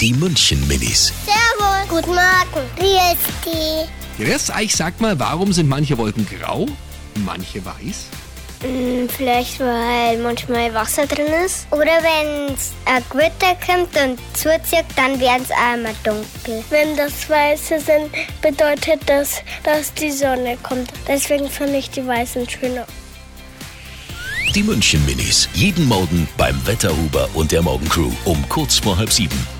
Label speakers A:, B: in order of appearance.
A: Die München Minis.
B: Servus. Guten Morgen. Wie ist die?
A: Jetzt, ich sag mal, warum sind manche Wolken grau, manche weiß?
B: Hm, Vielleicht, weil manchmal Wasser drin ist. Oder wenn es ein Gewitter kommt und zuzieht, dann werden es einmal dunkel. Wenn das Weiße sind, bedeutet das, dass die Sonne kommt. Deswegen finde ich die Weißen schöner.
C: Die München Minis. Jeden Morgen beim Wetterhuber und der Morgencrew um kurz vor halb sieben.